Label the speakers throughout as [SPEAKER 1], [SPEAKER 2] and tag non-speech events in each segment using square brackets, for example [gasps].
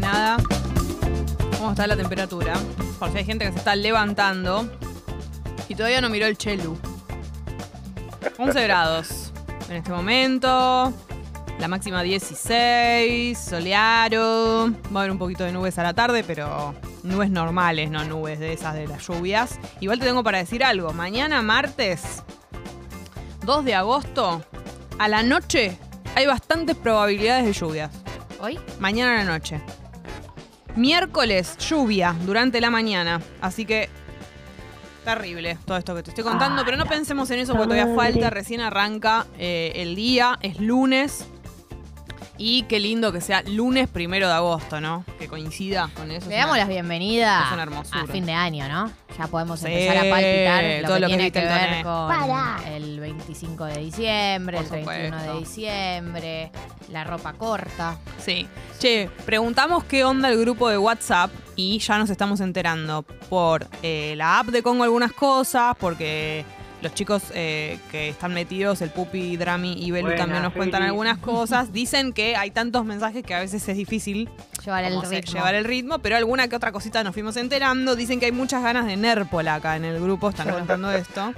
[SPEAKER 1] nada cómo está la temperatura. Por si hay gente que se está levantando y todavía no miró el chelu. 11 grados en este momento. La máxima 16, solearo. Va a haber un poquito de nubes a la tarde, pero nubes normales, no nubes de esas de las lluvias. Igual te tengo para decir algo. Mañana martes 2 de agosto, a la noche, hay bastantes probabilidades de lluvias.
[SPEAKER 2] ¿Hoy?
[SPEAKER 1] Mañana a la noche. Miércoles, lluvia durante la mañana. Así que. Terrible todo esto que te estoy contando,
[SPEAKER 2] Ay,
[SPEAKER 1] pero no
[SPEAKER 2] la
[SPEAKER 1] pensemos en eso
[SPEAKER 2] puta
[SPEAKER 1] porque todavía
[SPEAKER 2] madre.
[SPEAKER 1] falta, recién arranca eh, el día, es lunes. Y qué lindo que sea lunes primero de agosto, ¿no? Que coincida con eso.
[SPEAKER 2] Le
[SPEAKER 1] es
[SPEAKER 2] damos
[SPEAKER 1] una-
[SPEAKER 2] las bienvenidas
[SPEAKER 1] es una hermosura.
[SPEAKER 2] a fin de año, ¿no? Ya podemos
[SPEAKER 1] Sí,
[SPEAKER 2] empezar a palpitar lo
[SPEAKER 1] todo
[SPEAKER 2] que
[SPEAKER 1] lo que
[SPEAKER 2] tiene
[SPEAKER 1] viste
[SPEAKER 2] que
[SPEAKER 1] en Toné.
[SPEAKER 2] ver con
[SPEAKER 3] Para.
[SPEAKER 2] el 25 de diciembre,
[SPEAKER 1] Por
[SPEAKER 2] el 31
[SPEAKER 1] supuesto.
[SPEAKER 2] de diciembre, la ropa corta.
[SPEAKER 1] Sí. Che, preguntamos qué onda el grupo de WhatsApp y ya nos estamos enterando por eh, la app de Congo algunas cosas, porque los chicos eh, que están metidos, el Pupi, Drami y Belu
[SPEAKER 4] Buenas,
[SPEAKER 1] también nos cuentan
[SPEAKER 4] Feli.
[SPEAKER 1] algunas cosas. Dicen que hay tantos mensajes que a veces es difícil
[SPEAKER 2] Llevar el
[SPEAKER 1] como se-
[SPEAKER 2] ritmo.
[SPEAKER 1] llevar el ritmo, pero alguna que otra cosita nos fuimos enterando. Dicen que hay muchas ganas de Nérpola acá en el grupo, están contando esto.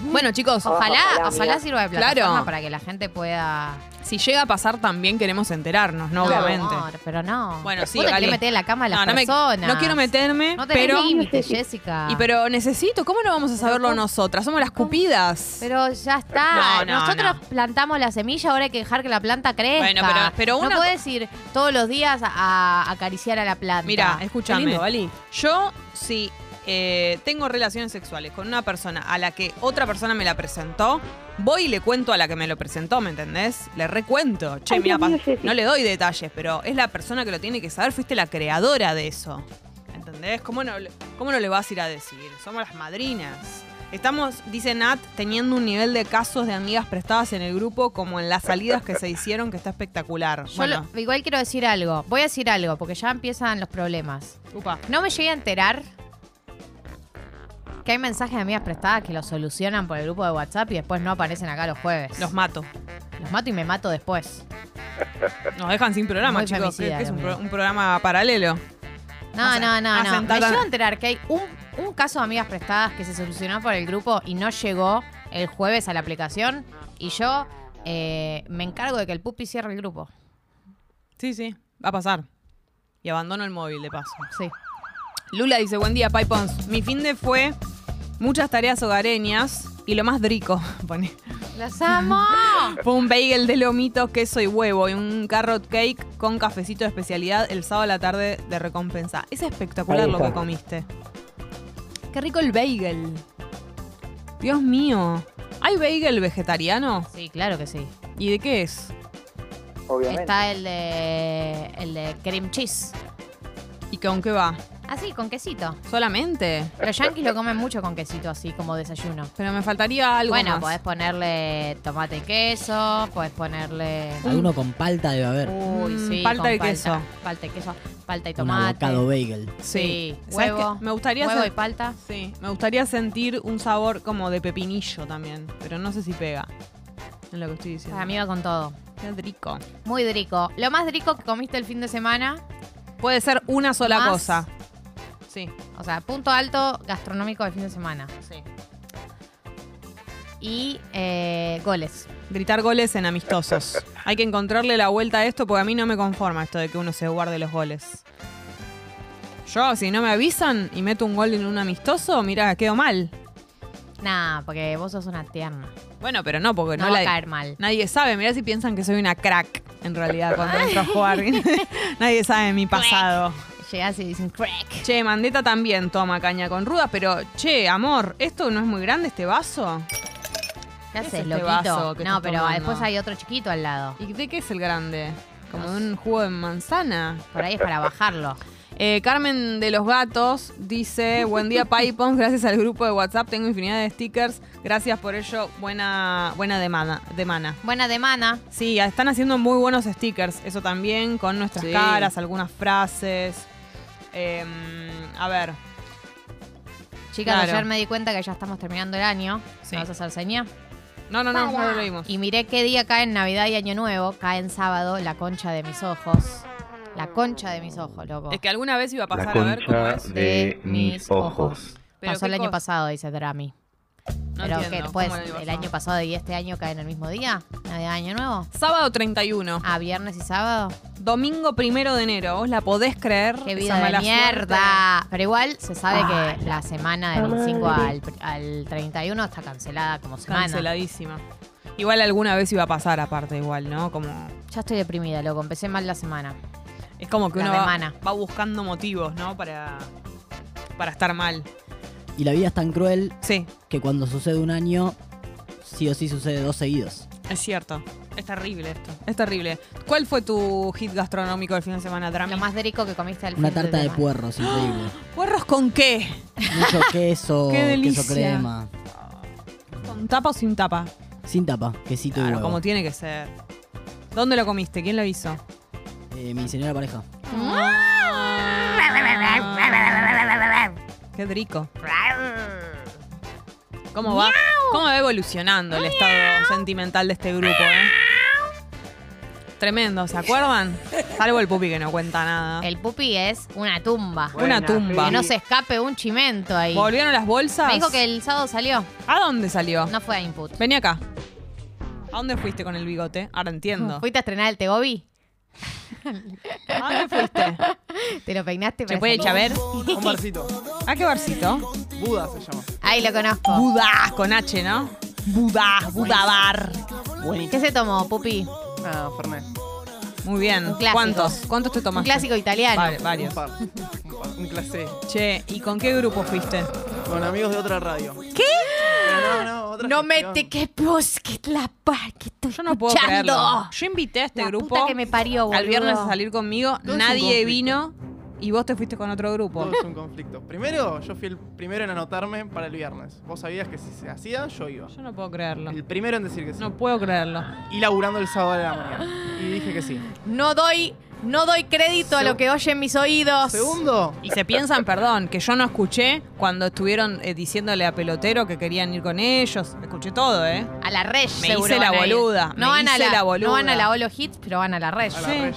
[SPEAKER 1] Bueno, chicos,
[SPEAKER 2] Ojalá,
[SPEAKER 4] Ojalá,
[SPEAKER 2] ojalá
[SPEAKER 4] mira.
[SPEAKER 2] sirva de plataforma
[SPEAKER 1] Claro.
[SPEAKER 2] para que la gente pueda.
[SPEAKER 1] si llega a pasar también queremos enterarnos, ¿no?
[SPEAKER 2] No,
[SPEAKER 1] Obviamente.
[SPEAKER 2] amor, pero no.
[SPEAKER 1] Bueno, sí,
[SPEAKER 2] Vos te
[SPEAKER 1] Gali.
[SPEAKER 2] querés meter en la cama de las
[SPEAKER 1] No, no, me-
[SPEAKER 2] personas.
[SPEAKER 1] no quiero meterme,
[SPEAKER 2] No tenés
[SPEAKER 1] pero...
[SPEAKER 2] límite, Jessica.
[SPEAKER 1] Y pero necesito, ¿cómo no vamos a
[SPEAKER 2] Pero
[SPEAKER 1] saberlo
[SPEAKER 2] ¿cómo?
[SPEAKER 1] nosotras? Somos las
[SPEAKER 2] ¿Cómo?
[SPEAKER 1] cupidas.
[SPEAKER 2] Pero ya está.
[SPEAKER 1] No, no,
[SPEAKER 2] Nosotros
[SPEAKER 1] no.
[SPEAKER 2] plantamos la semilla, ahora hay que dejar que la planta crezca.
[SPEAKER 1] Bueno, pero- pero una
[SPEAKER 2] No
[SPEAKER 1] co-
[SPEAKER 2] puedes ir todos los días a, a acariciar a la planta. ¿eh?
[SPEAKER 1] Mira, escúchame.
[SPEAKER 5] lindo, Vali.
[SPEAKER 1] Yo, si eh, tengo relaciones sexuales con una persona a la que otra persona me la presentó, voy y le cuento a la que me lo presentó, ¿me entendés? Le recuento. Che,
[SPEAKER 3] Ay,
[SPEAKER 1] mira,
[SPEAKER 3] Dios mío,
[SPEAKER 1] pa-
[SPEAKER 3] Ceci.
[SPEAKER 1] no le doy detalles, pero es la persona que lo tiene que saber. Fuiste la creadora de eso. ¿Entendés? ¿Cómo no, le- cómo no le vas a ir a decir? Somos las madrinas. Estamos, dice Nat, teniendo un nivel de casos de amigas prestadas en el grupo como en las salidas que se hicieron, que está espectacular.
[SPEAKER 2] Yo
[SPEAKER 1] bueno,
[SPEAKER 2] lo- igual quiero decir algo. Voy a decir algo, porque ya empiezan los problemas.
[SPEAKER 1] upa.
[SPEAKER 2] No me llegué a enterar que hay mensajes de amigas prestadas que los solucionan por el grupo de WhatsApp y después no aparecen acá los jueves.
[SPEAKER 1] Los mato.
[SPEAKER 2] Los mato y me mato después.
[SPEAKER 1] Nos dejan sin programa,
[SPEAKER 2] Muy
[SPEAKER 1] chicos. que-
[SPEAKER 2] femicida,
[SPEAKER 1] que es un,
[SPEAKER 2] Dios mío.
[SPEAKER 1] pro- un programa paralelo.
[SPEAKER 2] No,
[SPEAKER 1] Vas a-
[SPEAKER 2] no, no,
[SPEAKER 1] vas a
[SPEAKER 2] no. Me
[SPEAKER 1] sentar a-
[SPEAKER 2] llego a enterar que hay un, un caso de amigas prestadas que se solucionó por el grupo y no llegó el jueves a la aplicación. Y yo eh, me encargo de que el pupi cierre el grupo.
[SPEAKER 1] Sí, sí, va a pasar. Y abandono el móvil de paso.
[SPEAKER 2] Sí.
[SPEAKER 1] Lula dice, buen día, Pai Pons. Mi fin de fue muchas tareas hogareñas y lo más drico, [laughs] pone.
[SPEAKER 2] ¡Las amo!
[SPEAKER 1] Fue un bagel de lomitos, queso y huevo y un carrot cake con cafecito de especialidad el sábado a la tarde de recompensa. Es espectacular
[SPEAKER 4] Ahí
[SPEAKER 1] lo
[SPEAKER 4] está.
[SPEAKER 1] que comiste. Qué rico el bagel. Dios mío. ¿Hay bagel vegetariano?
[SPEAKER 2] [laughs] Sí, claro que sí.
[SPEAKER 1] ¿Y de qué es?
[SPEAKER 4] Obviamente.
[SPEAKER 2] Está el de, el de cream cheese.
[SPEAKER 1] ¿Y con qué va?
[SPEAKER 2] Así, con quesito.
[SPEAKER 1] ¿Solamente?
[SPEAKER 2] Los yankees lo comen mucho con quesito, así como desayuno.
[SPEAKER 1] Pero me faltaría algo
[SPEAKER 2] Bueno, pues,
[SPEAKER 1] más.
[SPEAKER 2] podés ponerle tomate y queso, podés ponerle.
[SPEAKER 5] Alguno con palta debe haber.
[SPEAKER 2] Uy,
[SPEAKER 1] Mm,
[SPEAKER 2] sí.
[SPEAKER 1] palta
[SPEAKER 2] con
[SPEAKER 1] y queso.
[SPEAKER 2] Palta y queso, palta y
[SPEAKER 5] Un
[SPEAKER 2] tomate.
[SPEAKER 5] avocado bagel.
[SPEAKER 2] Sí,
[SPEAKER 1] ¿Sabes
[SPEAKER 2] huevo.
[SPEAKER 1] qué? Me gustaría
[SPEAKER 2] Huevo y
[SPEAKER 1] sen-
[SPEAKER 2] palta.
[SPEAKER 1] Sí, me gustaría sentir un sabor como de pepinillo también, pero no sé si pega en lo que estoy diciendo.
[SPEAKER 2] Para mí va con todo.
[SPEAKER 1] Qué rico.
[SPEAKER 2] Muy drico. Lo más drico que comiste el fin de semana,
[SPEAKER 1] Puede ser una sola
[SPEAKER 2] Más.
[SPEAKER 1] cosa. Sí,
[SPEAKER 2] o sea, punto alto gastronómico del fin de semana.
[SPEAKER 1] sí.
[SPEAKER 2] Y eh, goles.
[SPEAKER 1] Gritar goles en amistosos. Hay que encontrarle la vuelta a esto porque a mí no me conforma esto de que uno se guarde los goles. Yo, si no me avisan y meto un gol en un amistoso, mira, quedo mal.
[SPEAKER 2] Nah, porque vos sos una tierna.
[SPEAKER 1] Bueno, pero no, porque
[SPEAKER 2] No,
[SPEAKER 1] no,
[SPEAKER 2] va
[SPEAKER 1] la,
[SPEAKER 2] a caer mal.
[SPEAKER 1] Nadie sabe, mirá si piensan que soy una crack en realidad cuando entro a jugar. Nadie sabe mi pasado.
[SPEAKER 2] Llegás y dicen crack.
[SPEAKER 1] Che, Mandeta también toma caña con ruda, pero che, amor, ¿esto no es muy grande este vaso?
[SPEAKER 2] ¿Qué haces,
[SPEAKER 1] este vaso
[SPEAKER 2] loquito?
[SPEAKER 1] que
[SPEAKER 2] No,
[SPEAKER 1] estás
[SPEAKER 2] pero
[SPEAKER 1] tomando?
[SPEAKER 2] después hay otro chiquito al lado.
[SPEAKER 1] ¿Y de qué es el grande? ¿Como de un jugo de manzana?
[SPEAKER 2] Por ahí
[SPEAKER 1] [laughs]
[SPEAKER 2] es para bajarlo.
[SPEAKER 1] Eh, Carmen de los Gatos dice, buen día Paipons, gracias al grupo de WhatsApp tengo infinidad de stickers, gracias por ello, buena, buena demanda, demanda.
[SPEAKER 2] Buena demanda.
[SPEAKER 1] Sí, están haciendo muy buenos stickers, eso también, con nuestras
[SPEAKER 5] Sí.
[SPEAKER 1] caras, algunas frases. Eh, a ver,
[SPEAKER 2] Chicas,
[SPEAKER 1] Claro.
[SPEAKER 2] ayer me di cuenta que ya estamos terminando el año.
[SPEAKER 1] Sí.
[SPEAKER 2] ¿Me vas a hacer seña?
[SPEAKER 1] no, no, no, no
[SPEAKER 3] Para.
[SPEAKER 1] lo leímos.
[SPEAKER 2] Y miré qué día cae en Navidad y Año Nuevo. Cae en sábado la concha de mis ojos. La concha de mis ojos, loco.
[SPEAKER 1] Es que alguna vez iba a
[SPEAKER 3] La
[SPEAKER 1] pasar a ver cómo
[SPEAKER 3] concha
[SPEAKER 1] es.
[SPEAKER 3] de mis ojos.
[SPEAKER 1] Pero
[SPEAKER 2] Pasó el
[SPEAKER 1] qué
[SPEAKER 2] año
[SPEAKER 1] cosa.
[SPEAKER 2] pasado, dice Drami.
[SPEAKER 1] No
[SPEAKER 2] Pero
[SPEAKER 1] entiendo,
[SPEAKER 2] que pues,
[SPEAKER 1] ¿cómo el año
[SPEAKER 2] el año
[SPEAKER 1] pasado?
[SPEAKER 2] pasado y este año caen el mismo día, la de año nuevo.
[SPEAKER 1] Sábado 31,
[SPEAKER 2] Ah, viernes y sábado.
[SPEAKER 1] domingo primero de enero. ¿Vos la podés creer?
[SPEAKER 2] Ah. ¡Qué
[SPEAKER 1] esa
[SPEAKER 2] vida de
[SPEAKER 1] mala suerte? Ah.
[SPEAKER 2] mierda! Pero igual se sabe que la semana del 25 al, al 31 está cancelada como semana.
[SPEAKER 1] Canceladísima. Igual alguna vez iba a pasar aparte igual, ¿no? Como
[SPEAKER 2] Ya estoy deprimida, loco. Empecé mal la semana.
[SPEAKER 1] es como que
[SPEAKER 2] La
[SPEAKER 1] uno va,
[SPEAKER 2] remana.
[SPEAKER 1] va buscando motivos, ¿no? Para para estar mal.
[SPEAKER 4] Y la vida es tan cruel
[SPEAKER 1] Sí,
[SPEAKER 4] que cuando sucede un año, sí o sí sucede dos seguidos.
[SPEAKER 1] es cierto. Es terrible esto. Es terrible. ¿Cuál fue tu hit gastronómico del fin de semana, Drami?
[SPEAKER 2] Lo más rico que comiste al
[SPEAKER 4] Una
[SPEAKER 2] fin
[SPEAKER 4] tarta de
[SPEAKER 2] semana.
[SPEAKER 1] [gasps]
[SPEAKER 4] puerros, increíble.
[SPEAKER 1] ¿Puerros con qué?
[SPEAKER 4] Mucho queso,
[SPEAKER 1] Qué delicia.
[SPEAKER 4] queso crema.
[SPEAKER 1] ¿Con tapa o sin tapa?
[SPEAKER 4] Sin tapa, quesito y
[SPEAKER 1] Claro,
[SPEAKER 4] huevo.
[SPEAKER 1] como tiene que ser. ¿Dónde lo comiste? ¿Quién lo hizo?
[SPEAKER 4] Eh, mi señora pareja.
[SPEAKER 2] Ah.
[SPEAKER 1] Qué rico. ¿Cómo va? ¿Cómo va evolucionando el estado sentimental de este grupo? eh? Tremendo, ¿se acuerdan? Salvo el pupi que no cuenta nada.
[SPEAKER 2] El pupi es una tumba.
[SPEAKER 1] Una tumba.
[SPEAKER 2] Que no se escape un chimento ahí.
[SPEAKER 1] ¿Volvieron las bolsas?
[SPEAKER 2] Me dijo que el sábado salió.
[SPEAKER 1] ¿A dónde salió?
[SPEAKER 2] No fue a input.
[SPEAKER 1] Vení acá. ¿A dónde fuiste con el bigote? Ahora entiendo.
[SPEAKER 2] ¿Fuiste a estrenar el Tegobi?
[SPEAKER 1] ¿A dónde fuiste?
[SPEAKER 2] Te lo peinaste.
[SPEAKER 1] ¿Se
[SPEAKER 2] para
[SPEAKER 1] puede
[SPEAKER 2] salir?
[SPEAKER 1] chaver?
[SPEAKER 5] A Un barcito.
[SPEAKER 1] ¿A qué barcito?
[SPEAKER 5] Buda se llama.
[SPEAKER 1] eh?
[SPEAKER 2] Ahí lo conozco.
[SPEAKER 1] Budá, con H, ¿no? Budá, Budabar.
[SPEAKER 2] ¿Qué se tomó, pupi?
[SPEAKER 5] Ah, Fernet.
[SPEAKER 1] Muy bien.
[SPEAKER 2] Un clásico.
[SPEAKER 1] ¿Cuántos? ¿Cuántos te
[SPEAKER 2] Un
[SPEAKER 1] tomaste?
[SPEAKER 2] clásico italiano.
[SPEAKER 1] Vale, varios.
[SPEAKER 5] Un par. Un, par. Un clase.
[SPEAKER 1] Che, ¿y con qué grupo fuiste?
[SPEAKER 5] Con amigos de otra radio. ¿Qué? No, no, otra
[SPEAKER 2] No me
[SPEAKER 5] gestión.
[SPEAKER 2] te que plus, que la pa, que estoy
[SPEAKER 1] Yo no puedo
[SPEAKER 2] escuchando.
[SPEAKER 1] creerlo. Yo invité a este
[SPEAKER 2] La
[SPEAKER 1] grupo
[SPEAKER 2] puta que me parió, boludo.
[SPEAKER 1] al viernes a salir conmigo,
[SPEAKER 5] es un
[SPEAKER 1] nadie
[SPEAKER 5] conflicto.
[SPEAKER 1] vino y vos te fuiste con otro grupo.
[SPEAKER 5] Todo es un conflicto. Primero, yo fui el primero en anotarme para el viernes. Vos sabías que si se hacía, yo iba.
[SPEAKER 1] Yo no puedo creerlo.
[SPEAKER 5] El primero en decir que sí.
[SPEAKER 1] No puedo creerlo.
[SPEAKER 5] Y laburando el sábado de la mañana. Y dije que sí.
[SPEAKER 2] No doy, no doy crédito a lo que oyen mis
[SPEAKER 1] Ah,
[SPEAKER 2] oídos.
[SPEAKER 5] Segundo,
[SPEAKER 1] Y se piensan, perdón, que yo no escuché cuando estuvieron eh, diciéndole a Pelotero que querían ir con ellos. Escuché todo, ¿eh?
[SPEAKER 2] A la red,
[SPEAKER 1] Me hice la boluda,
[SPEAKER 2] No
[SPEAKER 1] me
[SPEAKER 2] van a
[SPEAKER 1] hice
[SPEAKER 2] la,
[SPEAKER 1] la boluda.
[SPEAKER 2] No van a la Olo Hits, pero van a la red.
[SPEAKER 5] a la,
[SPEAKER 1] Sí.
[SPEAKER 5] res-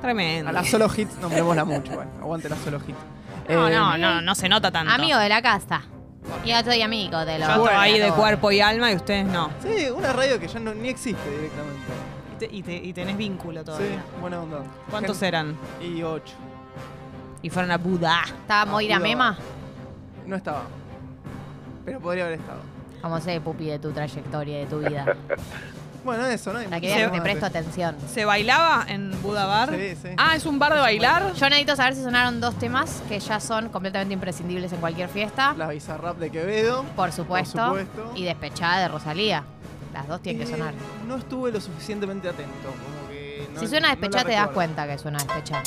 [SPEAKER 1] Tremendo.
[SPEAKER 5] a la solo hit, nombrémosla mucho. Bueno, aguante la solo hit.
[SPEAKER 1] No,
[SPEAKER 5] Eh,
[SPEAKER 1] no, no, no se nota tanto.
[SPEAKER 2] Amigo de la casa. Y otro día amigo de
[SPEAKER 1] Yo
[SPEAKER 2] los.
[SPEAKER 1] estaba ahí de
[SPEAKER 5] Bueno.
[SPEAKER 1] cuerpo y alma y ustedes no.
[SPEAKER 5] Sí, una radio que ya no, ni existe directamente.
[SPEAKER 1] Y, te- y te- y tenés vínculo todavía.
[SPEAKER 5] Sí, buena onda.
[SPEAKER 1] ¿Cuántos
[SPEAKER 5] Gente-
[SPEAKER 1] eran?
[SPEAKER 5] Y ocho.
[SPEAKER 1] Y fueron a Budá.
[SPEAKER 2] Estaba Moira
[SPEAKER 5] Ah, cuidado.
[SPEAKER 2] Mema.
[SPEAKER 5] No estaba. Pero podría haber estado.
[SPEAKER 2] Como sé, pupi, de tu trayectoria, de tu
[SPEAKER 6] [laughs]
[SPEAKER 2] vida.
[SPEAKER 5] Bueno, eso, ¿no? Hay
[SPEAKER 2] Para que
[SPEAKER 5] mucho
[SPEAKER 2] veas que
[SPEAKER 5] más
[SPEAKER 2] te presto
[SPEAKER 5] antes.
[SPEAKER 2] atención.
[SPEAKER 1] ¿Se bailaba en Buda Bar?
[SPEAKER 5] Sí, sí.
[SPEAKER 1] Ah, ¿es un bar de bailar?
[SPEAKER 2] Yo necesito saber si sonaron dos temas que ya son completamente imprescindibles en cualquier fiesta.
[SPEAKER 5] La bizarrap de Quevedo.
[SPEAKER 2] Por supuesto.
[SPEAKER 5] Por supuesto.
[SPEAKER 2] Y Despechada de Rosalía. Las dos tienen que
[SPEAKER 5] Eh,
[SPEAKER 2] sonar.
[SPEAKER 5] No estuve lo suficientemente atento. Como que no-
[SPEAKER 2] si suena
[SPEAKER 5] no
[SPEAKER 2] despechada,
[SPEAKER 5] la
[SPEAKER 2] te das
[SPEAKER 5] recuerdo.
[SPEAKER 2] cuenta que suena despechada.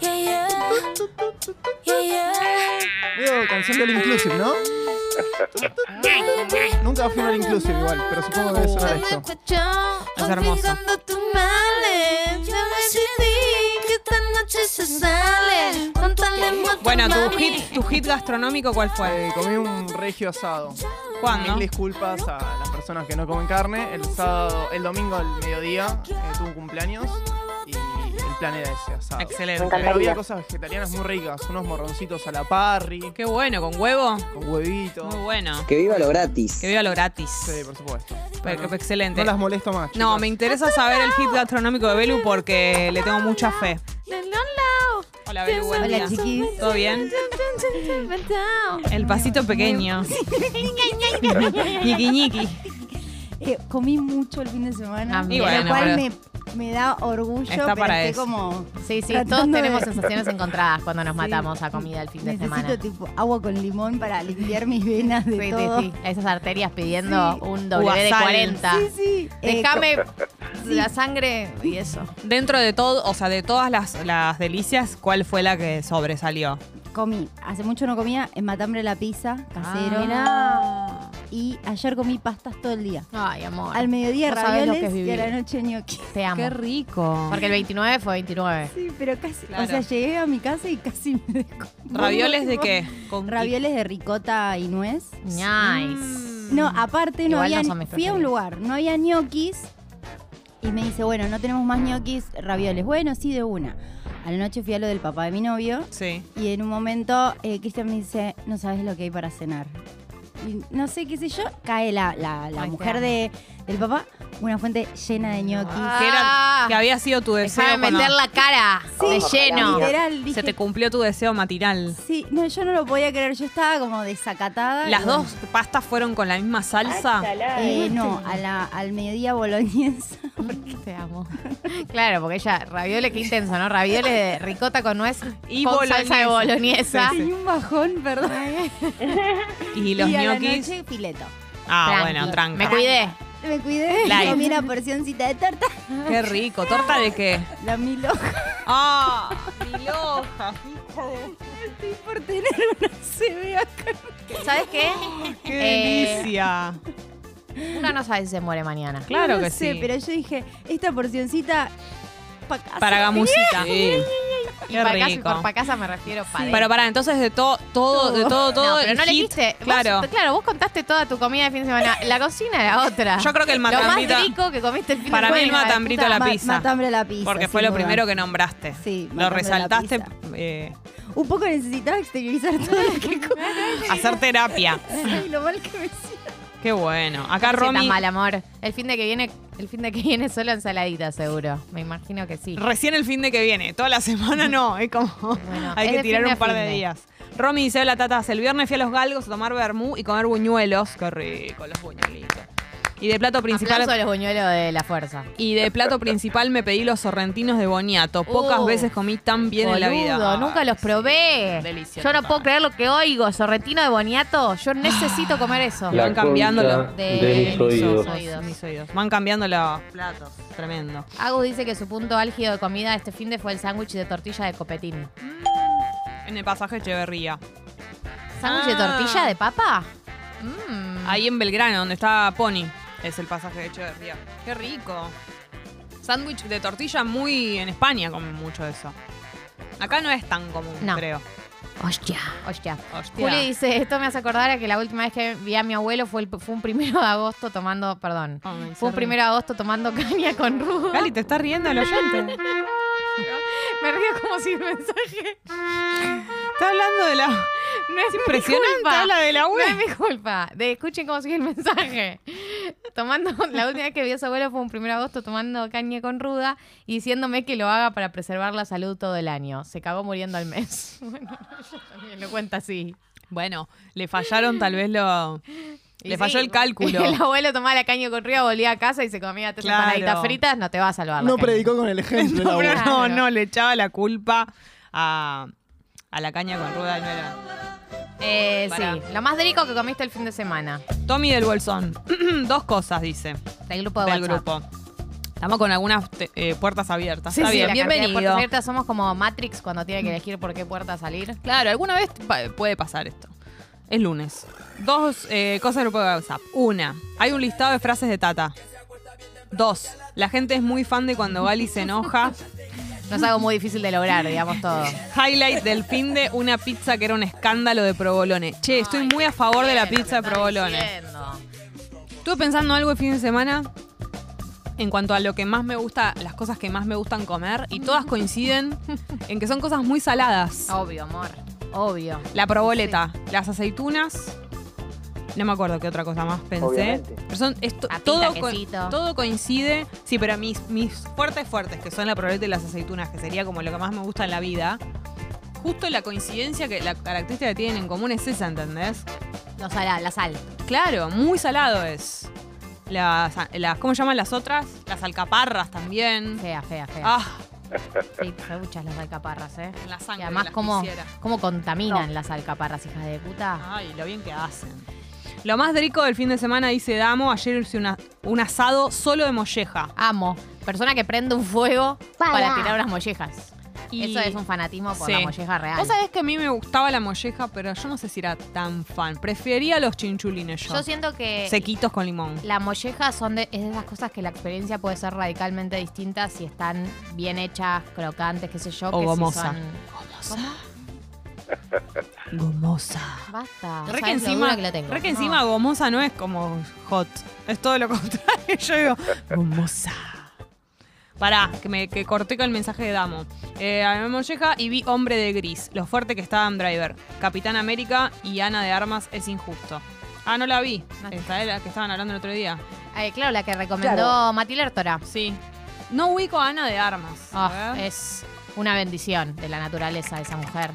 [SPEAKER 7] Yeah, yeah. Yeah, yeah.
[SPEAKER 5] Veo canción del Inclusive, ¿no? Nunca fui a un Inclusive igual, pero supongo que debe sonar esto.
[SPEAKER 1] Es hermoso.
[SPEAKER 7] Olvidando tus males. Yo decidí que esta noche se sale. Cuéntale mucho,
[SPEAKER 1] Bueno, tu
[SPEAKER 7] mami.
[SPEAKER 1] hit, tu hit gastronómico, ¿cuál fue?
[SPEAKER 5] Eh, comí un regio asado.
[SPEAKER 1] ¿Cuándo?
[SPEAKER 5] Mil disculpas a las personas que no comen carne. El sábado, el domingo al mediodía eh, tuve un cumpleaños y el plan era ese asado.
[SPEAKER 1] Excelente.
[SPEAKER 5] Pero había cosas vegetarianas muy ricas, unos morroncitos a la parry,
[SPEAKER 1] Qué bueno, con huevo.
[SPEAKER 5] con huevito.
[SPEAKER 1] Muy bueno.
[SPEAKER 8] Que viva lo gratis.
[SPEAKER 1] Que viva lo gratis.
[SPEAKER 5] Sí, por supuesto.
[SPEAKER 1] Pero
[SPEAKER 5] Bueno,
[SPEAKER 1] que- excelente.
[SPEAKER 5] No las molesto más.
[SPEAKER 1] No,
[SPEAKER 5] chicas.
[SPEAKER 1] me interesa saber el hit gastronómico de Belu porque le tengo mucha fe.
[SPEAKER 7] De los lados.
[SPEAKER 1] Hola, Belu, buen
[SPEAKER 2] Hola,
[SPEAKER 1] día.
[SPEAKER 2] chiquis.
[SPEAKER 1] ¿Todo bien?
[SPEAKER 7] Verdad.
[SPEAKER 1] El pasito pequeño. Ñiqui ñiqui.
[SPEAKER 6] Eh, comí mucho el fin de semana,
[SPEAKER 2] Ah,
[SPEAKER 1] Y
[SPEAKER 2] Lo
[SPEAKER 1] bueno,
[SPEAKER 6] lo cual
[SPEAKER 1] pero-
[SPEAKER 6] me, me da orgullo,
[SPEAKER 1] Está
[SPEAKER 6] pero
[SPEAKER 1] para
[SPEAKER 6] estoy
[SPEAKER 1] eso.
[SPEAKER 6] como
[SPEAKER 2] Sí, sí,
[SPEAKER 6] Tratando
[SPEAKER 2] todos
[SPEAKER 6] de-
[SPEAKER 2] tenemos
[SPEAKER 6] [laughs]
[SPEAKER 2] sensaciones encontradas cuando nos
[SPEAKER 6] Sí.
[SPEAKER 2] matamos a comida el fin de
[SPEAKER 6] necesito
[SPEAKER 2] semana.
[SPEAKER 6] tipo agua con limón para limpiar mis venas de
[SPEAKER 2] Sí, sí,
[SPEAKER 6] todo.
[SPEAKER 2] sí. Esas arterias pidiendo
[SPEAKER 6] Sí.
[SPEAKER 2] un
[SPEAKER 1] Uvasal.
[SPEAKER 2] W de 40.
[SPEAKER 6] Sí, sí. Eh,
[SPEAKER 2] Déjame la sangre y eso.
[SPEAKER 1] Dentro de todo, o sea, de todas las, las delicias, ¿cuál fue la que sobresalió?
[SPEAKER 6] co- comí, hace mucho no comía en Matambre la pizza,
[SPEAKER 2] Ah,
[SPEAKER 1] Ah,
[SPEAKER 6] casero. y ayer comí pastas todo el día.
[SPEAKER 2] Ay, amor.
[SPEAKER 6] Al mediodía
[SPEAKER 2] No sabés lo que
[SPEAKER 6] ravioles
[SPEAKER 2] es
[SPEAKER 6] y a la
[SPEAKER 2] vivir.
[SPEAKER 6] noche ñoqui.
[SPEAKER 2] Te amo.
[SPEAKER 1] rico.
[SPEAKER 2] Porque el 29 fue 29.
[SPEAKER 6] [laughs] Sí, pero casi,
[SPEAKER 1] Claro.
[SPEAKER 6] o sea, llegué a mi casa y casi me [laughs] descom-
[SPEAKER 1] ¿Ravioles de qué? Con
[SPEAKER 6] Ravioles de ricota y nuez.
[SPEAKER 1] Mm.
[SPEAKER 2] Nice.
[SPEAKER 6] No, aparte no
[SPEAKER 2] Igual
[SPEAKER 6] había.
[SPEAKER 2] no son mis
[SPEAKER 6] fui a un
[SPEAKER 2] preferidos.
[SPEAKER 6] lugar, no había ñoquis. Y me dice, bueno, no tenemos más ñoquis, ravioles. Bueno, sí, de una. A la noche fui a lo del papá de mi novio
[SPEAKER 1] Sí.
[SPEAKER 6] y en un momento eh, Cristian me dice, no sabes lo que hay para cenar. Y no sé qué sé yo, cae la, la- la
[SPEAKER 2] Ay, te
[SPEAKER 6] mujer
[SPEAKER 2] amo.
[SPEAKER 6] de, del papá, una fuente llena de ñoquis.
[SPEAKER 1] Que, era,
[SPEAKER 2] Ah.
[SPEAKER 1] que había sido tu deseo.
[SPEAKER 2] Déjame
[SPEAKER 1] cuando-
[SPEAKER 2] meter la cara de lleno.
[SPEAKER 6] Literal, dije,
[SPEAKER 1] Se te cumplió tu deseo matinal.
[SPEAKER 6] Sí, no, yo no lo podía creer, yo estaba como desacatada.
[SPEAKER 1] ¿Las
[SPEAKER 6] Y bueno,
[SPEAKER 1] dos pastas fueron con la misma salsa?
[SPEAKER 6] eh, no, a la- al mediodía boloñesa.
[SPEAKER 2] Te amo. Claro, porque ella, ravioles, qué intenso, ¿no? Ravioles de ricota con nuez
[SPEAKER 1] Y
[SPEAKER 2] con salsa de
[SPEAKER 1] boloñesa.
[SPEAKER 2] boloñesa.
[SPEAKER 1] Sí,
[SPEAKER 6] Tenía un bajón, perdón.
[SPEAKER 1] Y los
[SPEAKER 6] y a la
[SPEAKER 1] ñoquis.
[SPEAKER 6] noche, fileto.
[SPEAKER 1] Ah,
[SPEAKER 2] Tranqui.
[SPEAKER 1] bueno, tranca.
[SPEAKER 2] Me cuidé.
[SPEAKER 6] Me cuidé,
[SPEAKER 1] Light.
[SPEAKER 6] comí una porcioncita de tarta,
[SPEAKER 1] Qué rico. ¿Torta de qué?
[SPEAKER 6] la milo.
[SPEAKER 2] [laughs]
[SPEAKER 1] ¡Ah! Miloja, hija de.
[SPEAKER 6] [laughs] por tener una CB acá.
[SPEAKER 2] ¿Sabes qué?
[SPEAKER 1] ¡Qué
[SPEAKER 2] Eh,
[SPEAKER 1] delicia!
[SPEAKER 2] Uno no sabe si se muere mañana.
[SPEAKER 1] Claro
[SPEAKER 6] No
[SPEAKER 1] que
[SPEAKER 6] sé,
[SPEAKER 1] sí.
[SPEAKER 6] pero yo dije, esta porcioncita pa' casa.
[SPEAKER 1] Para gamusita.
[SPEAKER 2] Y
[SPEAKER 1] Qué
[SPEAKER 2] para
[SPEAKER 1] rico.
[SPEAKER 2] casa, por para casa me refiero para.
[SPEAKER 1] Pero pará, entonces de todo, todo, de todo, todo.
[SPEAKER 2] no, pero
[SPEAKER 1] el
[SPEAKER 2] no le
[SPEAKER 1] hit,
[SPEAKER 2] dijiste. vos-
[SPEAKER 1] Claro.
[SPEAKER 2] claro, vos contaste toda tu comida de fin de semana. La cocina era otra.
[SPEAKER 1] Yo creo que el
[SPEAKER 2] Lo
[SPEAKER 1] matambrita-
[SPEAKER 2] más rico que comiste el fin
[SPEAKER 1] Para
[SPEAKER 2] de
[SPEAKER 1] mí el
[SPEAKER 2] semana.
[SPEAKER 1] matambrito la
[SPEAKER 6] Ma-
[SPEAKER 1] pizza.
[SPEAKER 6] Matambre a la pizza.
[SPEAKER 1] Porque
[SPEAKER 6] sin
[SPEAKER 1] fue lo
[SPEAKER 6] duda.
[SPEAKER 1] primero que nombraste.
[SPEAKER 6] Sí,
[SPEAKER 1] Lo
[SPEAKER 6] matambre a la
[SPEAKER 1] resaltaste.
[SPEAKER 6] pizza.
[SPEAKER 1] eh,
[SPEAKER 6] Un poco necesitaba exteriorizar todo lo que
[SPEAKER 1] [laughs]
[SPEAKER 6] comí.
[SPEAKER 1] hacer terapia.
[SPEAKER 6] Ay, lo mal que me siento.
[SPEAKER 1] Qué bueno. Acá
[SPEAKER 2] No te sientas
[SPEAKER 1] Romy.
[SPEAKER 2] mal, amor. El fin de que viene, el fin de que viene solo ensaladita, seguro. Me imagino que sí.
[SPEAKER 1] Recién el fin de que viene. Toda la semana no. Es como.
[SPEAKER 2] Bueno,
[SPEAKER 1] hay
[SPEAKER 2] Ah, es
[SPEAKER 1] que
[SPEAKER 2] de
[SPEAKER 1] tirar
[SPEAKER 2] fin de
[SPEAKER 1] un par de
[SPEAKER 2] finde.
[SPEAKER 1] días. Romy dice: Hola, tatas. El viernes fui a los galgos a tomar vermú y comer buñuelos. Qué rico, los buñuelitos. Y de plato principal.
[SPEAKER 2] Aplauso a los buñuelos de la fuerza.
[SPEAKER 1] Y de plato principal me pedí los sorrentinos de Boniato. Pocas
[SPEAKER 2] Uh,
[SPEAKER 1] veces comí tan bien en la vida.
[SPEAKER 2] Boludo, nunca los
[SPEAKER 1] Ay,
[SPEAKER 2] probé.
[SPEAKER 1] sí, delicioso.
[SPEAKER 2] Yo no puedo creer lo que oigo. Sorrentino de boniato. Yo necesito comer eso.
[SPEAKER 1] La- Van cambiándolo
[SPEAKER 3] concha
[SPEAKER 2] de-
[SPEAKER 3] de mis
[SPEAKER 2] de mis
[SPEAKER 3] oídos.
[SPEAKER 1] Los
[SPEAKER 2] oídos.
[SPEAKER 1] Mis oídos. Van cambiando los platos. Tremendo.
[SPEAKER 2] Agus dice que su punto álgido de comida este fin de fue el sándwich de tortilla de copetín.
[SPEAKER 1] En el pasaje Echeverría.
[SPEAKER 2] ¿Sándwich
[SPEAKER 1] Ah.
[SPEAKER 2] de tortilla de papa? Mm.
[SPEAKER 1] Ahí en Belgrano, donde está Pony. Es el pasaje de Echeverría. Qué rico. Sándwich de tortilla muy en España comen mucho eso. Acá no es tan común,
[SPEAKER 2] No.
[SPEAKER 1] creo.
[SPEAKER 2] Hostia. Hostia.
[SPEAKER 1] Hostia.
[SPEAKER 2] Juli dice, esto me hace acordar a que la última vez que vi a mi abuelo fue, el- fue un primero de agosto tomando, perdón,
[SPEAKER 1] Ay, se
[SPEAKER 2] fue un
[SPEAKER 1] ríe.
[SPEAKER 2] primero de agosto tomando [laughs] caña con rudo.
[SPEAKER 1] Gali, te está riendo el oyente.
[SPEAKER 2] Me río como si el mensaje
[SPEAKER 1] [gasps] Está hablando
[SPEAKER 2] [laughs]
[SPEAKER 1] de la.
[SPEAKER 2] no es mi
[SPEAKER 1] Impresionante,
[SPEAKER 2] culpa.
[SPEAKER 1] habla de la
[SPEAKER 2] No
[SPEAKER 1] web.
[SPEAKER 2] es mi culpa. De, escuchen cómo sigue el mensaje. [laughs] Tomando, la última vez que vi a su abuelo fue un 1 de agosto tomando caña con ruda y diciéndome que lo haga para preservar la salud todo el año. Se cagó muriendo al mes. [laughs] Bueno, yo también lo cuenta así.
[SPEAKER 1] Bueno, le fallaron tal vez lo.
[SPEAKER 2] Y
[SPEAKER 1] Le
[SPEAKER 2] sí, [laughs]
[SPEAKER 1] falló el cálculo.
[SPEAKER 2] El abuelo tomaba la caña con ruda, volvía a casa y se comía tres
[SPEAKER 1] Claro.
[SPEAKER 2] empanaditas fritas, no te va a salvar. la
[SPEAKER 5] No
[SPEAKER 2] caña.
[SPEAKER 5] predicó con
[SPEAKER 2] [laughs]
[SPEAKER 5] el ejemplo.
[SPEAKER 1] [laughs] No,
[SPEAKER 5] la
[SPEAKER 1] pero
[SPEAKER 5] abuela.
[SPEAKER 1] no,
[SPEAKER 2] Claro.
[SPEAKER 1] no, le echaba la culpa a, a la caña con rueda y no era.
[SPEAKER 2] Eh,
[SPEAKER 1] Pará.
[SPEAKER 2] sí, lo más rico que comiste el fin de semana
[SPEAKER 1] Tommy del Bolsón. [clears throat] Dos cosas, dice.
[SPEAKER 2] del grupo de
[SPEAKER 1] del
[SPEAKER 2] WhatsApp.
[SPEAKER 1] grupo. Estamos con algunas te- eh, puertas abiertas.
[SPEAKER 2] Sí,
[SPEAKER 1] Está
[SPEAKER 2] sí,
[SPEAKER 1] bien,
[SPEAKER 2] la cantidad de puertas
[SPEAKER 1] bienvenido.
[SPEAKER 2] abiertas, somos como Matrix cuando tiene que elegir por qué puerta salir.
[SPEAKER 1] Claro, alguna vez pa- puede pasar esto. Es lunes. Dos eh, cosas del grupo de WhatsApp. Una, hay un listado de frases de Tata. Dos, la gente es muy fan de cuando Gali se
[SPEAKER 2] [laughs]
[SPEAKER 1] enoja.
[SPEAKER 2] No es algo muy difícil de lograr, digamos todo.
[SPEAKER 1] Highlight del fin de una pizza que era un escándalo de provolone. Che, estoy muy a favor de la pizza de provolone. Estuve pensando algo el fin de semana en cuanto a lo que más me gusta, las cosas que más me gustan comer, y todas coinciden en que son cosas muy saladas.
[SPEAKER 2] Obvio, amor. Obvio.
[SPEAKER 1] La proboleta, las aceitunas. No me acuerdo qué otra cosa más pensé.
[SPEAKER 8] Obviamente.
[SPEAKER 1] Pero son esto,
[SPEAKER 2] Papita,
[SPEAKER 1] todo, co-
[SPEAKER 2] quesito.
[SPEAKER 1] todo coincide. Sí, pero mis, mis fuertes fuertes, que son la proboleta y las aceitunas, que sería como lo que más me gusta en la vida. Justo la coincidencia que la característica que tienen en común es esa, ¿entendés?
[SPEAKER 2] No, sal, la sal.
[SPEAKER 1] Claro, muy salado es. Las, las- ¿Cómo llaman las otras? Las alcaparras también.
[SPEAKER 2] Fea, fea, fea.
[SPEAKER 1] Ah,
[SPEAKER 2] Sí, son muchas las alcaparras, ¿eh?
[SPEAKER 1] en la
[SPEAKER 2] Y
[SPEAKER 1] sangre.
[SPEAKER 2] además,
[SPEAKER 1] las
[SPEAKER 2] ¿cómo,
[SPEAKER 1] quisiera.
[SPEAKER 2] cómo contaminan las alcaparras, hijas de puta?
[SPEAKER 1] Ay, lo bien que hacen. Lo más rico del fin de semana, dice Damo, ayer hice una- un asado solo de molleja.
[SPEAKER 2] Amo. Persona que prende un fuego para, tirar unas mollejas.
[SPEAKER 1] Y-
[SPEAKER 2] Eso es un fanatismo por
[SPEAKER 1] Sí.
[SPEAKER 2] la molleja real.
[SPEAKER 1] Vos sabés que a mí me gustaba la molleja, pero yo no sé si era tan fan. Prefería los chinchulines yo.
[SPEAKER 2] Yo eh, siento que
[SPEAKER 1] Sequitos con limón.
[SPEAKER 2] La molleja son de, es de esas cosas que la experiencia puede ser radicalmente distinta si están bien hechas, crocantes, qué sé
[SPEAKER 1] O
[SPEAKER 2] yo. que si
[SPEAKER 1] gomosa.
[SPEAKER 2] son-
[SPEAKER 1] Gomosa. Gomosa.
[SPEAKER 2] Basta.
[SPEAKER 1] Re que
[SPEAKER 2] ¿sabes lo
[SPEAKER 1] encima,
[SPEAKER 2] dura que la tengo?
[SPEAKER 1] re que
[SPEAKER 2] No.
[SPEAKER 1] encima gomosa [laughs] no es como hot. Es todo lo contrario. Yo digo, gomosa. Pará, que me que corté con el mensaje de Damo. Eh, a Memo Molleja y vi Hombre de Gris, lo fuerte que está Adam Driver. Capitán América y Ana de Armas es injusto. Ah, no la vi.
[SPEAKER 2] No.
[SPEAKER 1] Esta es la que estaban hablando el otro día.
[SPEAKER 2] Eh, claro, la que recomendó Mati Lertora.
[SPEAKER 1] Sí. No ubico a Ana de Armas. A
[SPEAKER 2] Ah,
[SPEAKER 1] ver.
[SPEAKER 2] es una bendición de la naturaleza de esa mujer.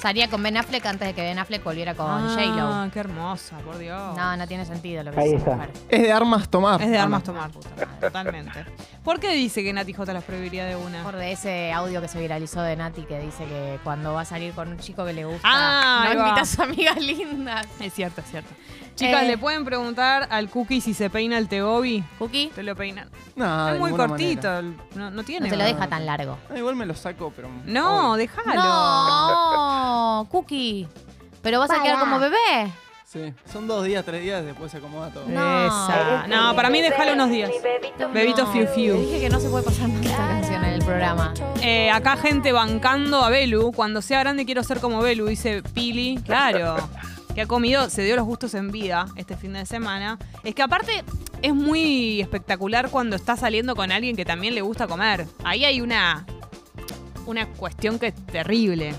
[SPEAKER 2] Salía con Ben Affleck antes de que Ben Affleck volviera con J-Lo.
[SPEAKER 1] Ah, qué hermosa, por Dios.
[SPEAKER 2] No, no tiene sentido lo que
[SPEAKER 3] Ahí
[SPEAKER 2] dice
[SPEAKER 3] está.
[SPEAKER 2] mujer.
[SPEAKER 5] Es de armas tomar.
[SPEAKER 1] Es de armas
[SPEAKER 5] tomar.
[SPEAKER 1] tomar, puta madre, totalmente. ¿Por qué dice que Nati J las prohibiría de una?
[SPEAKER 2] Por de ese audio que se viralizó de Nati que dice que cuando va a salir con un chico que le gusta,
[SPEAKER 1] Ah,
[SPEAKER 2] no
[SPEAKER 1] ahí va.
[SPEAKER 2] invita a sus [laughs] amigas lindas.
[SPEAKER 1] Es cierto, es cierto. Chicas,
[SPEAKER 2] Eh.
[SPEAKER 1] ¿le pueden preguntar al Cookie si se peina el Tegobi?
[SPEAKER 2] Cookie,
[SPEAKER 1] Te lo peinan.
[SPEAKER 5] No, de
[SPEAKER 1] es muy
[SPEAKER 5] ninguna
[SPEAKER 1] cortito,
[SPEAKER 5] manera.
[SPEAKER 1] el- no, no tiene.
[SPEAKER 2] no te lo
[SPEAKER 1] más.
[SPEAKER 2] deja tan largo.
[SPEAKER 5] Ah, igual me lo saco, pero.
[SPEAKER 1] No,
[SPEAKER 5] obvio.
[SPEAKER 1] déjalo.
[SPEAKER 2] No, Cookie. Pero vas a quedar como bebé.
[SPEAKER 5] Sí. Son dos días, tres días, después se acomoda todo.
[SPEAKER 2] No.
[SPEAKER 1] Esa. No, para mí déjalo unos días. Bebito
[SPEAKER 2] No.
[SPEAKER 1] Fiu Fiu.
[SPEAKER 2] Dije que no se puede pasar más esta canción en el programa.
[SPEAKER 1] Eh, acá gente bancando a Belu. Cuando sea grande quiero ser como Belu, dice Pili. Claro. Que ha comido, se dio los gustos en vida este fin de semana. Es que aparte es muy espectacular cuando estás saliendo con alguien que también le gusta comer. Ahí hay una, una cuestión que es terrible.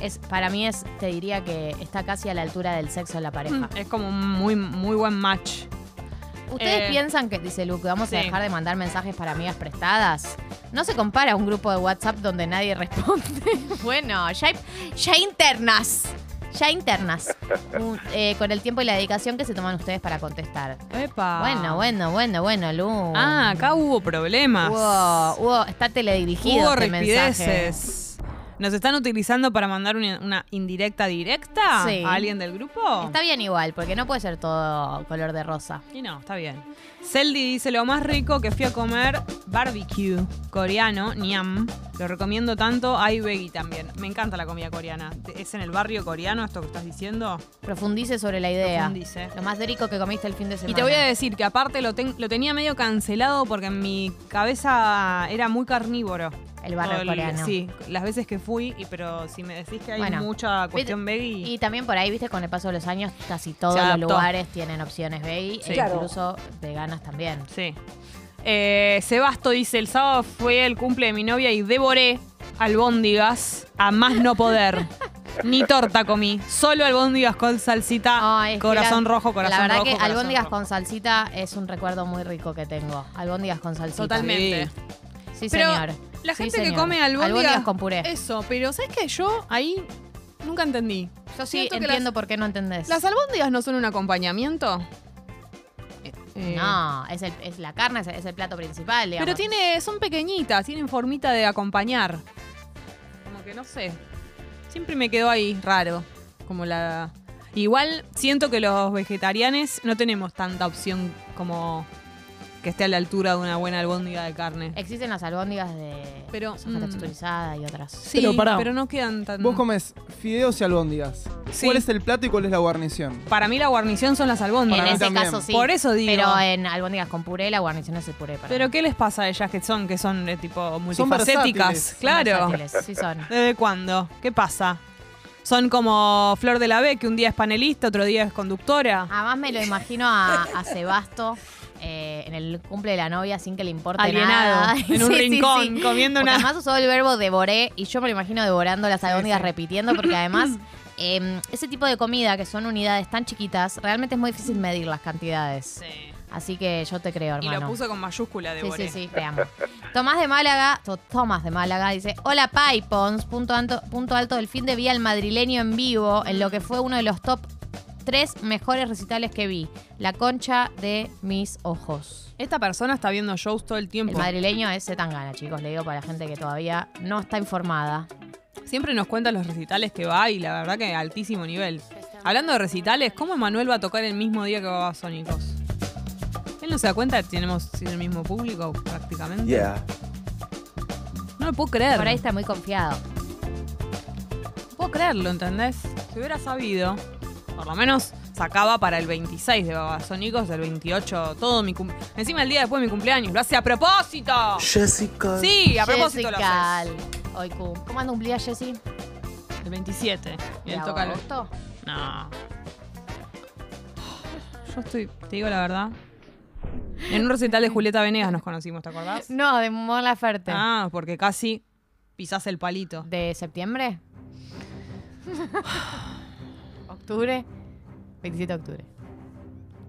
[SPEAKER 2] Es, para mí es, te diría que está casi a la altura del sexo de la pareja.
[SPEAKER 1] Es como un muy, muy buen match.
[SPEAKER 2] Mm. ¿Ustedes
[SPEAKER 1] Eh,
[SPEAKER 2] piensan que, dice Luke, vamos
[SPEAKER 1] sí.
[SPEAKER 2] a dejar de mandar mensajes para amigas prestadas? No se compara a un grupo de WhatsApp donde nadie responde. [laughs] bueno, ya, hay- ya hay internas. Ya internas. Un- eh, con el tiempo y la dedicación que se toman ustedes para contestar.
[SPEAKER 1] Epa.
[SPEAKER 2] Bueno, bueno, bueno, bueno, Lu.
[SPEAKER 1] Ah, acá hubo problemas.
[SPEAKER 2] Hubo, hubo- está teledirigido
[SPEAKER 1] Hubo
[SPEAKER 2] este mensaje.
[SPEAKER 1] rispideces. ¿Nos están utilizando para mandar una, una indirecta directa
[SPEAKER 2] Sí.
[SPEAKER 1] a alguien del grupo?
[SPEAKER 2] Está bien igual, porque no puede ser todo color de rosa.
[SPEAKER 1] Y no, está bien. Celdi dice lo más rico que fui a comer barbecue coreano, ñam. Lo recomiendo tanto, hay veggie también. Me encanta la comida coreana. ¿Es en el barrio coreano esto que estás diciendo?
[SPEAKER 2] Profundice sobre la idea.
[SPEAKER 1] Profundice.
[SPEAKER 2] Lo más rico que comiste el fin de semana.
[SPEAKER 1] Y te voy a decir que aparte lo, ten- lo tenía medio cancelado porque en mi cabeza era muy carnívoro.
[SPEAKER 2] El barrio
[SPEAKER 1] Todo
[SPEAKER 2] coreano.
[SPEAKER 1] Oh, Sí, las veces que fui, y- pero si me decís que hay
[SPEAKER 2] Bueno,
[SPEAKER 1] mucha cuestión veggie...
[SPEAKER 2] Y también por ahí, viste, con el paso de los años, casi todos
[SPEAKER 1] Se
[SPEAKER 2] los
[SPEAKER 1] adaptó.
[SPEAKER 2] lugares tienen opciones veggie
[SPEAKER 1] Sí.
[SPEAKER 2] e
[SPEAKER 1] Claro.
[SPEAKER 2] incluso veganas también.
[SPEAKER 1] Sí. Eh, Sebasto dice, el sábado fue el cumple de mi novia y devoré albóndigas a más no
[SPEAKER 2] [laughs]
[SPEAKER 1] poder. Ni torta comí, solo albóndigas con salsita,
[SPEAKER 2] Ay, es que
[SPEAKER 1] Ah, corazón
[SPEAKER 2] la-
[SPEAKER 1] rojo, corazón
[SPEAKER 2] La verdad
[SPEAKER 1] rojo,
[SPEAKER 2] que
[SPEAKER 1] corazón
[SPEAKER 2] albóndigas
[SPEAKER 1] rojo.
[SPEAKER 2] con salsita es un recuerdo muy rico que tengo. Albóndigas con salsita.
[SPEAKER 1] Totalmente.
[SPEAKER 2] Sí,
[SPEAKER 1] Pero
[SPEAKER 2] señor.
[SPEAKER 1] La
[SPEAKER 2] Sí,
[SPEAKER 1] gente que
[SPEAKER 2] señor.
[SPEAKER 1] come albóndigas...
[SPEAKER 2] con puré.
[SPEAKER 1] Eso, pero ¿sabes qué? Yo ahí nunca entendí.
[SPEAKER 2] Yo sí
[SPEAKER 1] siento que
[SPEAKER 2] entiendo por qué no entendés.
[SPEAKER 1] ¿Las albóndigas no son un acompañamiento? Eh, eh,
[SPEAKER 2] no, es, el- es la carne, es el, es el plato principal, digamos.
[SPEAKER 1] Pero tiene, son pequeñitas, tienen formita de acompañar. Como que no sé. Siempre me quedó ahí raro. Como la. Igual siento que los vegetarianos no tenemos tanta opción como que esté a la altura de una buena albóndiga de carne.
[SPEAKER 2] Existen las albóndigas de
[SPEAKER 1] Pero,
[SPEAKER 2] soja
[SPEAKER 1] mm.
[SPEAKER 2] texturizada y otras.
[SPEAKER 1] Sí, pero,
[SPEAKER 5] Pero pará.
[SPEAKER 1] no quedan tan.
[SPEAKER 5] Vos comes fideos y albóndigas.
[SPEAKER 1] Sí.
[SPEAKER 5] ¿Cuál es el plato y cuál es la guarnición?
[SPEAKER 1] Para mí la guarnición son las
[SPEAKER 2] En
[SPEAKER 1] albóndigas.
[SPEAKER 5] mí
[SPEAKER 2] ese
[SPEAKER 5] también.
[SPEAKER 2] caso sí.
[SPEAKER 1] Por eso digo.
[SPEAKER 2] Pero en albóndigas con puré, la guarnición es el puré. Para
[SPEAKER 1] Pero
[SPEAKER 2] mí.
[SPEAKER 1] ¿qué les pasa a ellas que son, que son eh, tipo multifacéticas?
[SPEAKER 5] versátiles.
[SPEAKER 1] claro.
[SPEAKER 2] Son versátiles, Sí son.
[SPEAKER 1] ¿Desde cuándo? ¿Qué pasa? Son como Flor de la B, que un día es panelista, otro día es conductora.
[SPEAKER 2] Además me lo imagino a, a Sebasto eh, en el cumple de la novia sin que le importe
[SPEAKER 1] alienado,
[SPEAKER 2] nada.
[SPEAKER 1] en un
[SPEAKER 2] [laughs] Sí, sí,
[SPEAKER 1] rincón,
[SPEAKER 2] sí.
[SPEAKER 1] comiendo una...
[SPEAKER 2] Porque Además usó el verbo devoré y yo me lo imagino devorando las albóndigas
[SPEAKER 1] sí.
[SPEAKER 2] repitiendo
[SPEAKER 1] [clears throat]
[SPEAKER 2] porque además eh, ese tipo de comida que son unidades tan chiquitas realmente es muy difícil medir las cantidades. Así que yo te creo,
[SPEAKER 1] Y
[SPEAKER 2] hermano.
[SPEAKER 1] lo puso con mayúscula de
[SPEAKER 2] Sí, sí, sí, te amo. Tomás de Málaga, to- Tomás de Málaga dice, hola Pipons, punto alto, punto alto del fin de vi al madrileño en vivo, en lo que fue uno de los top tres mejores recitales que vi, La concha de mis ojos.
[SPEAKER 1] Esta persona está viendo shows todo el
[SPEAKER 2] El
[SPEAKER 1] tiempo.
[SPEAKER 2] madrileño es Zetangana, chicos, le digo para la gente que todavía no está informada.
[SPEAKER 1] Siempre nos cuenta los recitales que va y la verdad que altísimo nivel. Hablando de recitales, ¿cómo Manuel va a tocar el mismo día que va a Sónicos? Él no se da cuenta que tenemos el mismo público prácticamente. No lo puedo creer.
[SPEAKER 2] Por ahí está muy confiado.
[SPEAKER 1] No puedo creerlo, ¿entendés? Si hubiera sabido, por lo menos sacaba para el 26 de Babasónicos, del 28, todo mi cumpleaños. Encima el día después de mi cumpleaños, lo hace a propósito.
[SPEAKER 8] Jessica.
[SPEAKER 1] Sí, a propósito lo
[SPEAKER 2] Jessica,
[SPEAKER 1] haces.
[SPEAKER 2] hoy cum- ¿Cómo anda un día, Jessy?
[SPEAKER 1] El 27. Y él
[SPEAKER 2] ¿De
[SPEAKER 1] toca el...
[SPEAKER 2] agosto?
[SPEAKER 1] No. Yo estoy, te digo la verdad, En un recital de Julieta Venegas nos conocimos, ¿te acordás?
[SPEAKER 2] No, de Mon Laferte.
[SPEAKER 1] Ah, porque casi pisás el palito.
[SPEAKER 2] ¿De
[SPEAKER 1] [laughs]
[SPEAKER 2] septiembre? ¿Octubre? 27 de octubre.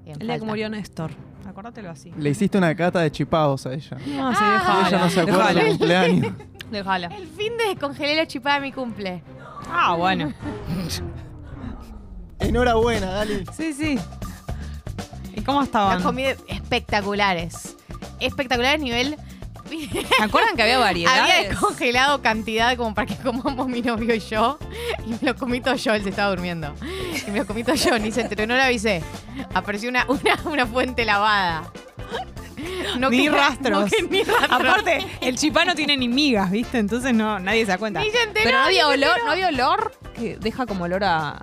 [SPEAKER 2] Bien,
[SPEAKER 1] El día que
[SPEAKER 2] falta.
[SPEAKER 1] murió Néstor. Acórdatelo así.
[SPEAKER 5] Le hiciste una cata de chipados a ella.
[SPEAKER 1] No, sí,
[SPEAKER 2] Ah.
[SPEAKER 5] Ella
[SPEAKER 1] déjala.
[SPEAKER 5] no se acuerda
[SPEAKER 1] déjala,
[SPEAKER 5] del cumpleaños.
[SPEAKER 1] déjala.
[SPEAKER 2] El fin de descongelé la chipada de mi cumple.
[SPEAKER 1] Ah, bueno.
[SPEAKER 5] Enhorabuena, Dali.
[SPEAKER 1] Sí, sí. ¿Y cómo
[SPEAKER 2] Las
[SPEAKER 1] estaban?
[SPEAKER 2] comidas espectaculares. Espectaculares nivel...
[SPEAKER 1] ¿Se acuerdan que había
[SPEAKER 2] [laughs] Había
[SPEAKER 1] variedades?
[SPEAKER 2] descongelado cantidad como para que comamos mi novio y yo. Y me lo comí todo yo, él se estaba durmiendo. Y me lo comí todo yo, ni se enteró, no le avisé. Apareció una, una, una fuente lavada. No
[SPEAKER 1] Ni
[SPEAKER 2] queda-
[SPEAKER 1] rastros.
[SPEAKER 2] no que- ni rastros.
[SPEAKER 1] Aparte, el chipá no tiene ni migas, ¿viste? Entonces no, nadie se da cuenta.
[SPEAKER 2] Ni se enteró,
[SPEAKER 1] Pero no había
[SPEAKER 2] ni se
[SPEAKER 1] olor,
[SPEAKER 2] enteró.
[SPEAKER 1] no había olor que deja como olor a.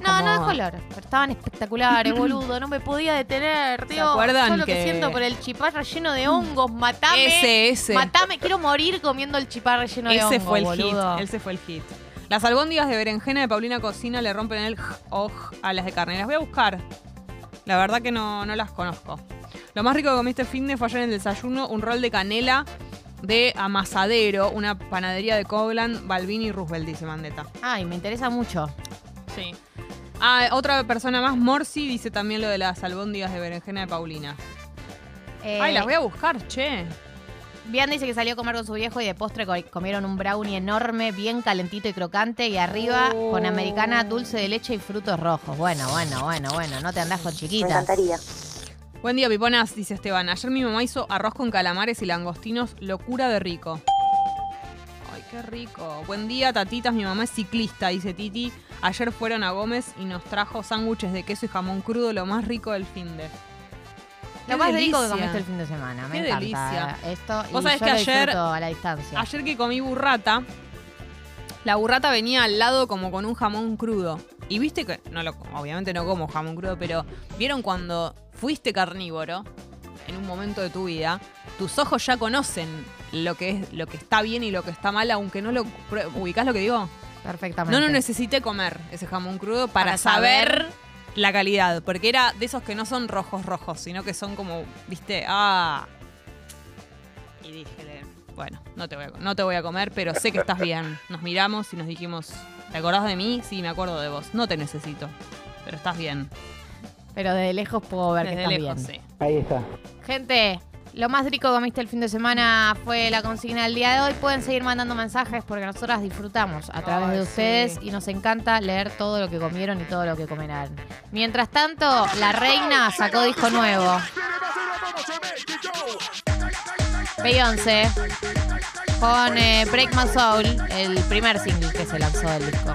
[SPEAKER 2] No, no de
[SPEAKER 1] como-
[SPEAKER 2] color. Pero estaban espectaculares, boludo. No me podía detener, tío.
[SPEAKER 1] acuerdan
[SPEAKER 2] Yo lo que...
[SPEAKER 1] que-
[SPEAKER 2] siento por el chipar relleno de hongos. Matame.
[SPEAKER 1] Ese, ese.
[SPEAKER 2] Matame. Quiero morir comiendo el chipar relleno de hongos,
[SPEAKER 1] este. Ese fue el
[SPEAKER 2] boludo.
[SPEAKER 1] hit. Ese fue el hit. Las albóndigas de berenjena de Paulina Cocina le rompen el j- oj a las de carne. Las voy a buscar. La verdad que no, no las conozco. Lo más rico que comiste fin de fue ayer en el desayuno un rol de canela de amasadero, una panadería de Coblan, Balvini y Roosevelt, dice Mandeta.
[SPEAKER 2] Ay, me interesa mucho.
[SPEAKER 1] Sí. Ah, otra persona más, Morsi, dice también lo de las albóndigas de berenjena de Paulina.
[SPEAKER 2] Eh,
[SPEAKER 1] Ay, las voy a buscar, che.
[SPEAKER 2] Bian dice que salió a comer con su viejo y de postre co- comieron un brownie enorme, bien calentito y crocante. Y arriba,
[SPEAKER 1] Oh.
[SPEAKER 2] con americana, dulce de leche y frutos rojos. Bueno, bueno, bueno, bueno. No te andás con chiquitas.
[SPEAKER 1] Buen día, Piponas, dice Esteban. Ayer mi mamá hizo arroz con calamares y langostinos, locura de rico. Ay, qué rico. Buen día, tatitas. Mi mamá es ciclista, dice Titi. Ayer fueron a Gómez y nos trajo sándwiches de queso y jamón crudo, lo más rico del fin de.
[SPEAKER 2] Lo más rico que comiste el fin de semana. Me
[SPEAKER 1] Qué
[SPEAKER 2] encanta esto. Y
[SPEAKER 1] Vos sabés
[SPEAKER 2] yo
[SPEAKER 1] que
[SPEAKER 2] lo
[SPEAKER 1] ayer-
[SPEAKER 2] disfruto a la distancia.
[SPEAKER 1] Ayer que comí burrata, la burrata venía al lado como con un jamón crudo. Y viste que, no lo, obviamente no como jamón crudo, pero vieron cuando fuiste carnívoro, en un momento de tu vida, tus ojos ya conocen lo que es, lo que está bien y lo que está mal, aunque no lo prue- ubicás lo que digo.
[SPEAKER 2] Perfectamente.
[SPEAKER 1] No, no necesité comer ese jamón crudo para,
[SPEAKER 2] Para saber.
[SPEAKER 1] saber, la calidad, porque era de esos que no son rojos rojos, sino que son como, viste, ah. Y dije, bueno, no te voy a, no te voy a comer, pero sé que estás bien. Nos miramos y nos dijimos, ¿te acordás de mí? Sí, me acuerdo de vos. No te necesito, pero estás bien.
[SPEAKER 2] Pero desde lejos puedo ver que
[SPEAKER 1] Desde
[SPEAKER 2] estás
[SPEAKER 1] lejos,
[SPEAKER 2] bien.
[SPEAKER 1] sí.
[SPEAKER 2] Gente, lo más rico que comiste el fin de semana fue la consigna del día de hoy. Pueden seguir mandando mensajes porque nosotras disfrutamos a través
[SPEAKER 1] Ay,
[SPEAKER 2] de
[SPEAKER 1] sí.
[SPEAKER 2] ustedes y nos encanta leer todo lo que comieron y todo lo que comerán. Mientras tanto, la reina sacó disco nuevo. Beyoncé con eh, Break My Soul, el primer single que se lanzó del disco.